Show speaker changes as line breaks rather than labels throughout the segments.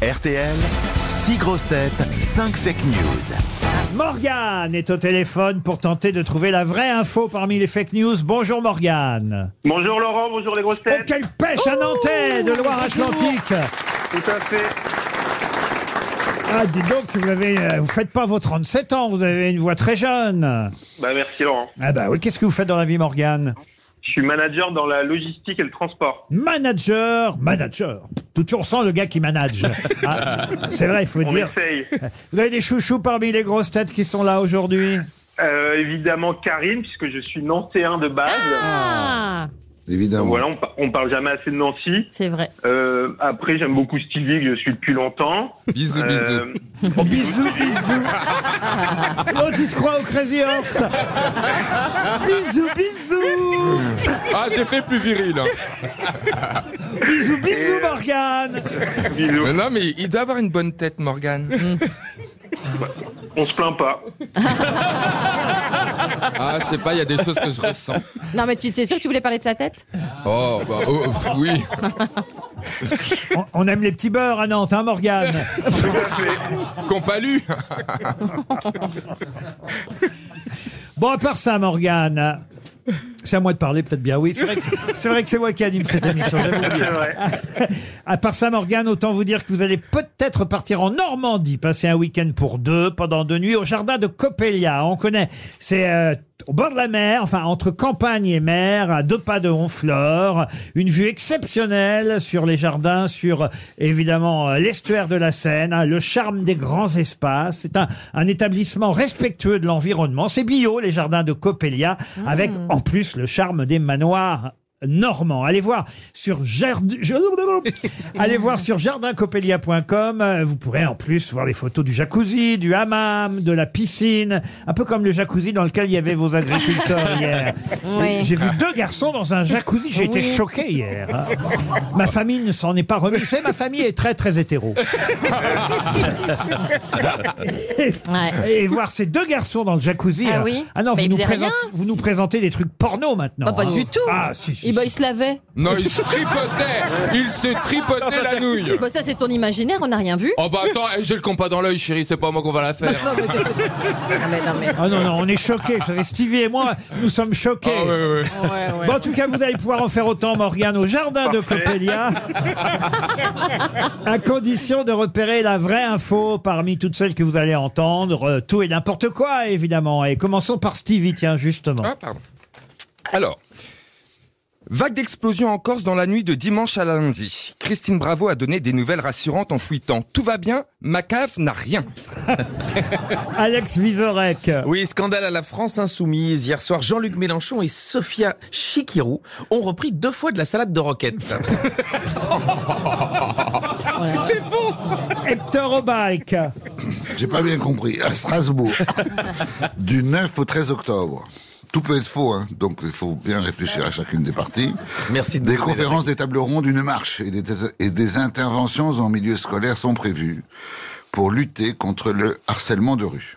RTL, 6 grosses têtes, 5 fake news.
Morgane est au téléphone pour tenter de trouver la vraie info parmi les fake news. Bonjour Morgane.
Bonjour Laurent, bonjour les grosses
Oh,
têtes.
quelle pêche à Nantais de Loire-Atlantique
Tout à fait.
Ah, dis donc, vous avez, euh, vous faites pas vos 37 ans, vous avez une voix très jeune. Ah
Bah merci Laurent.
bah oui, qu'est-ce que vous faites dans la vie Morgane
Je suis manager dans la logistique et le transport.
Manager, manager. Tout de suite, on sent le gars qui manage. Ah, c'est vrai, il faut
On
dire.
essaye.
Vous avez des chouchous parmi les grosses têtes qui sont là aujourd'hui
Euh, évidemment Karine, puisque je suis nancéen de base.
Ah,
Donc
Évidemment.
Voilà, on, par- on parle jamais assez de Nancy.
c'est vrai.
Euh, après, j'aime beaucoup Stevie, que je suis depuis longtemps.
Bisous,
Euh,
Bisous, bisous. L'autre, il se croit au Crazy Horse. Bisous, bisous.
Ah, j'ai fait plus viril. hein.
Bisous, bisous, Morgane.
bisous.
Mais non, mais il doit avoir une bonne tête, Morgane.
On se plaint pas.
Ah, je sais pas, il y a des choses que je ressens.
Non, mais tu t'es sûr que tu voulais parler de sa tête
Oh, bah, oh, oui.
On, on aime les petits beurres à Nantes, hein, Morgane
Compalu.
Bon, à part ça, Morgane. C'est à moi de parler, peut-être bien. Oui, c'est vrai que c'est, vrai que c'est moi qui anime cette émission. j'avais oublié.
C'est vrai.
À part ça, Morgane, autant vous dire que vous allez peut-être partir en Normandie, passer un week-end pour deux, pendant deux nuits, au jardin de Coppelia. On connaît, c'est euh, au bord de la mer, enfin entre campagne et mer, à deux pas de Honfleur. Une vue exceptionnelle sur les jardins, sur évidemment euh, l'estuaire de la Seine, hein, le charme des grands espaces. C'est un, un établissement respectueux de l'environnement. C'est bio, les jardins de Coppelia, avec en plus le charme des manoirs normand. Allez voir sur jard- je- allez voir sur jardincopelia.com, euh, vous pourrez en plus voir les photos du jacuzzi, du hammam, de la piscine, un peu comme le jacuzzi dans lequel il y avait vos agriculteurs hier.
Oui.
J'ai vu deux garçons dans un jacuzzi, j'ai été
Oui.
choqué hier. hein. Ma famille ne s'en est pas remise, Vous savez, ma famille est très très hétéro.
Ouais.
Et voir ces deux garçons dans le jacuzzi.
Ah
euh,
oui
non,
Mais
vous nous,
ils faisaient rien.
présentez, vous nous présentez des trucs porno maintenant.
Bah, pas
hein.
du tout.
Ah si si.
Et bah,
si.
il se lavait.
Non, il se tripotait. Il se tripotait la nouille.
Bah, ça, c'est ton imaginaire, on n'a rien vu.
Oh, bah, attends, eh, j'ai le compas dans l'œil, chérie, c'est pas moi qu'on va la faire.
Non, mais non, mais.
Ah non, non, on est choqués. Vous savez, Stevie et moi, nous sommes choqués.
Ah, ouais, ouais.
Ouais, ouais.
Bon,
Bah,
en tout cas, vous allez pouvoir en faire autant, Morgane, au jardin de
Parfait.
Coppelia. à condition de repérer la vraie info parmi toutes celles que vous allez entendre. Euh, tout et n'importe quoi, évidemment. Et commençons par Stevie, tiens, justement.
Hein
Ah, pardon. Alors. Vague d'explosion en Corse dans la nuit de dimanche à lundi. Christine Bravo a donné des nouvelles rassurantes en tweetant Tout va bien, ma cave n'a rien.
Alex Vizorek.
Oui, scandale à la France insoumise. Hier soir, Jean-Luc Mélenchon et Sofia Chikirou ont repris deux fois de la salade de roquette.
Hector Obalk.
J'ai pas bien compris. À Strasbourg, du 9 au 13 octobre. Tout peut être faux, hein, donc il faut bien réfléchir à chacune des parties.
Merci de
Des
nous donner la
conférences, des tables rondes, une marche et des, et des interventions en milieu scolaire sont prévues pour lutter contre le harcèlement de rue.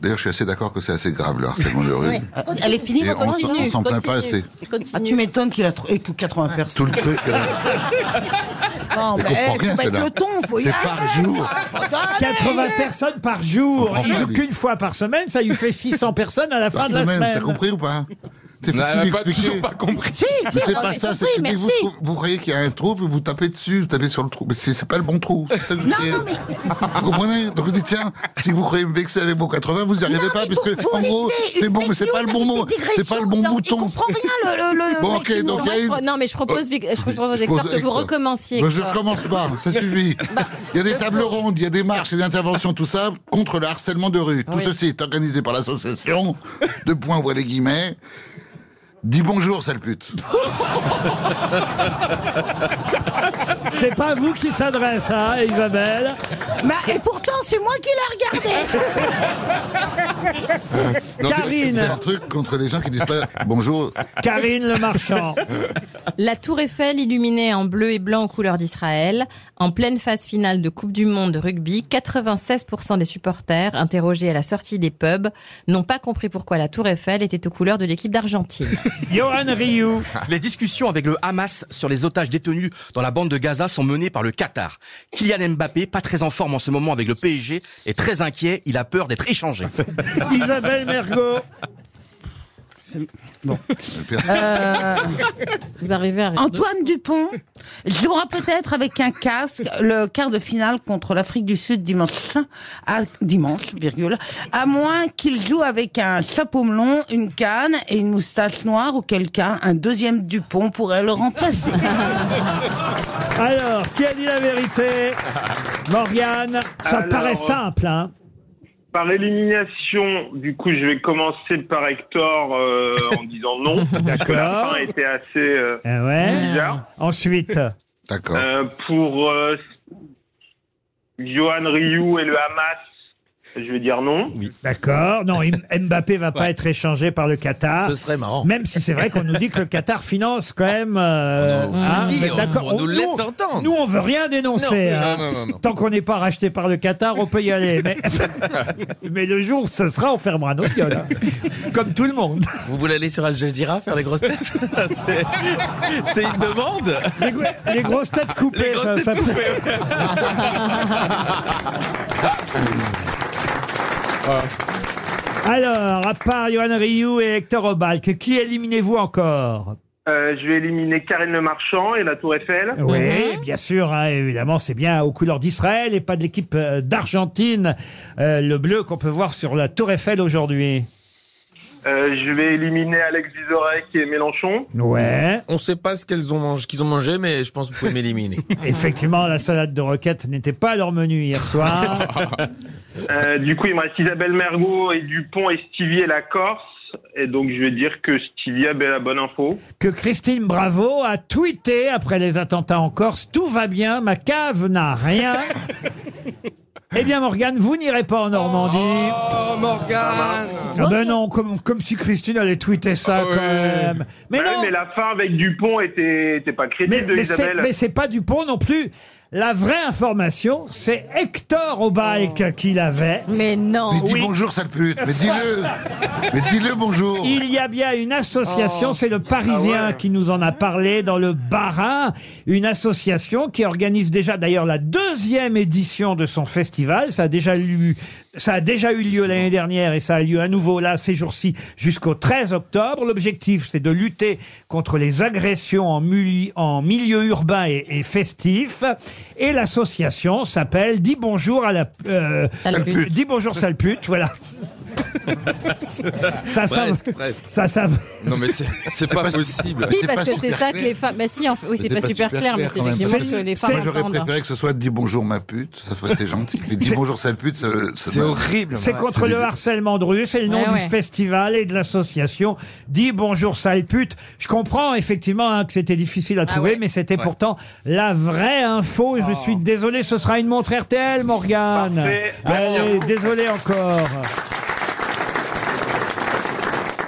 D'ailleurs, je suis assez d'accord que c'est assez grave le harcèlement de rue.
Elle est finie,
Et on s'en-
Continue,
on s'en plaint pas
continue,
assez.
continue.
Ah, tu m'étonnes qu'il a tr- et que 80 personnes.
Tout le truc, euh,
Non,
Elle comprend
mais, eh,
rien,
faut mettre
celle-là.
le ton, faut y
c'est
aller. Ah,
par jour.
Faut y aller.
80 personnes par jour.
Comprends
Il
pas,
joue
lui.
qu'une fois par semaine, ça lui fait 600 personnes à la fin
Par
de la
semaine, t'as
semaine.
compris ou pas T'es
Non, elle
foutu
a pas toujours
d'expliquer.
pas compris.
Mais c'est
on
pas
avait
ça, c'est que
compris,
dès que vous,
merci.
trou- vous croyez qu'il y a un trou, vous vous tapez dessus, vous tapez sur le trou. Mais c'est c'est pas le bon trou. C'est ça que vous
Non,
dites.
non, mais-
Vous comprenez Donc vous dites, tiens, si vous croyez me vexer avec mon 80, vous n'y arrivez
Non,
pas,
mais
parce que,
vous- vous
en gros,
laissez
c'est
une
bon, mais
fake
c'est pas
news
le bon
avec
mot.
des
C'est pas le
digressions.
bon
Non, Il
bouton.
comprend rien, le. le- le-
Bon,
le-
ok,
qui nous
donc,
en-
il y a une-
Non, mais Ah, je propose, Vic- je propose Hector,
pose
que vous
Hector.
recommenciez.
Ben, je
Hector.
recommence pas, ça suffit.
Bah,
Il y a des tables rondes, il y a des marches, il y a des interventions, tout ça, contre le harcèlement de rue. Tout
Oui.
ceci est organisé par l'association, de points, voit les guillemets. Dis bonjour, sale pute.
C'est pas à vous qui s'adresse, hein, Isabelle.
Mais- et pourtant, c'est moi qui l'ai regardé.
Non, c'est-
C'est
Karine.
un truc contre les gens qui disent pas bonjour.
Karine Le Marchand.
La tour Eiffel illuminée en bleu et blanc aux couleurs d'Israël, en pleine phase finale de Coupe du Monde de rugby, 96% des supporters interrogés à la sortie des pubs n'ont pas compris pourquoi la tour Eiffel était aux couleurs de l'équipe d'Argentine.
Johan Rioux.
Les discussions avec le Hamas sur les otages détenus dans la bande de Gaza sont menées par le Qatar. Kylian Mbappé, pas très en forme en ce moment avec le PSG, est très inquiet, il a peur d'être échangé.
Isabelle Mergot.
Vous arrivez à
Euh, Antoine Dupont jouera peut-être avec un casque le quart de finale contre l'Afrique du Sud dimanche, prochain, à, dimanche, virgule, à moins qu'il joue avec un chapeau melon, une canne et une moustache noire, auquel cas un deuxième Dupont pourrait le remplacer.
Alors, qui a dit la vérité Morgane, ça
Alors,
paraît
euh,
simple, hein
Par élimination, du coup, je vais commencer par Hector euh, en disant non. parce que La
D'accord.
fin était assez euh,
Eh ouais.
bizarre.
Ensuite,
D'accord.
Euh, pour euh, Johan Ryu et le Hamas, je vais dire non.
d'accord, non, M- Mbappé va pas être échangé par le Qatar.
Ce serait marrant.
Même si c'est vrai qu'on nous dit que le Qatar finance quand même. euh,
On nous
hein,
dit,
vous êtes
on-
d'accord
on nous laisse entendre.
Nous, on veut rien dénoncer.
Non,
hein.
non, non, non.
Tant qu'on n'est pas racheté par le Qatar, on peut y aller. Mais, mais le jour où ce sera, on fermera nos gueules. hein. Comme tout le monde.
Vous voulez aller sur Al Jazeera faire les grosses têtes C'est c'est une demande
Les, gros- les grosses têtes coupées,
Les grosses
ça,
têtes
ça peut- Alors, à part Johan Rioux et Hector Obalk, qui éliminez-vous encore
Euh, je vais éliminer Karine Le Marchand et la Tour Eiffel.
Oui,
Mhm.
bien sûr, hein, évidemment, c'est bien aux couleurs d'Israël et pas de l'équipe euh, d'Argentine, euh, le bleu qu'on peut voir sur la Tour Eiffel aujourd'hui.
Euh, je vais éliminer Alex Vizorek et Mélenchon.
Ouais,
On sait pas ce qu'elles ont mangé, qu'ils ont mangé, mais je pense que vous pouvez m'éliminer.
effectivement, la salade de roquette n'était pas à leur menu hier soir.
Euh, du coup, il me reste Isabelle Mergot et Dupont et Stevie et la Corse. Et donc, je vais dire que Stevie avait la bonne info.
que Christine Bravo a tweeté après les attentats en Corse Tout va bien, ma cave n'a rien. eh bien, Morgane, vous n'irez pas en Normandie.
Oh, Morgane
Ah ben non, comme, comme si Christine allait tweeter ça quand même. Mais
Bah oui,
non,
Ah mais la fin avec Dupont était, était pas crédible
mais,
de
mais c'est
Isabelle.
mais c'est pas Dupont non plus. La vraie information, c'est Hector
Oh.
Obalk qui l'avait.
Mais non.
Mais dis
oui.
bonjour, sale pute. Mais dis-le. Mais dis-le bonjour.
Il y a bien une association, c'est le Parisien qui nous en a parlé dans le Barin, une association qui organise déjà d'ailleurs la deuxième édition de son festival. Ça a déjà eu, ça a déjà eu lieu l'année dernière et ça a lieu à nouveau là ces jours-ci jusqu'au 13 octobre. L'objectif, c'est de lutter contre les agressions en, muli- en milieu urbain et, et festif. Et l'association s'appelle Dis bonjour à la. euh,
Sale pute.
euh, Dis bonjour sale pute, voilà. ça, ça,
Presque, presque.
ça, ça,
Non, mais c'est- c'est pas
pas-
possible.
Si,
C'est
parce
pas
que c'est
super
ça que
clair.
les femmes. Bah si, en fait- oui, c'est
c'est
pas,
pas
super
super
clair, mais
clair,
c'est
quand même,
effectivement
parce
ce que les
Moi,
femmes
j'aurais
entendent.
préféré que ce soit dis bonjour ma pute, ça ferait c'est gentil. Mais dis bonjour sale pute, ça, ça
C'est
m'a-
horrible.
c'est contre le harcèlement de rue, c'est le nom
Ouais,
du
ouais.
festival et de l'association. Dis bonjour sale pute. Je comprends effectivement hein, que c'était difficile à trouver,
ouais.
mais c'était pourtant la vraie info. Je suis désolé, ce sera une montre RTL, Morgane.
Parfait. Merci à
Allez,
vous.
désolé encore.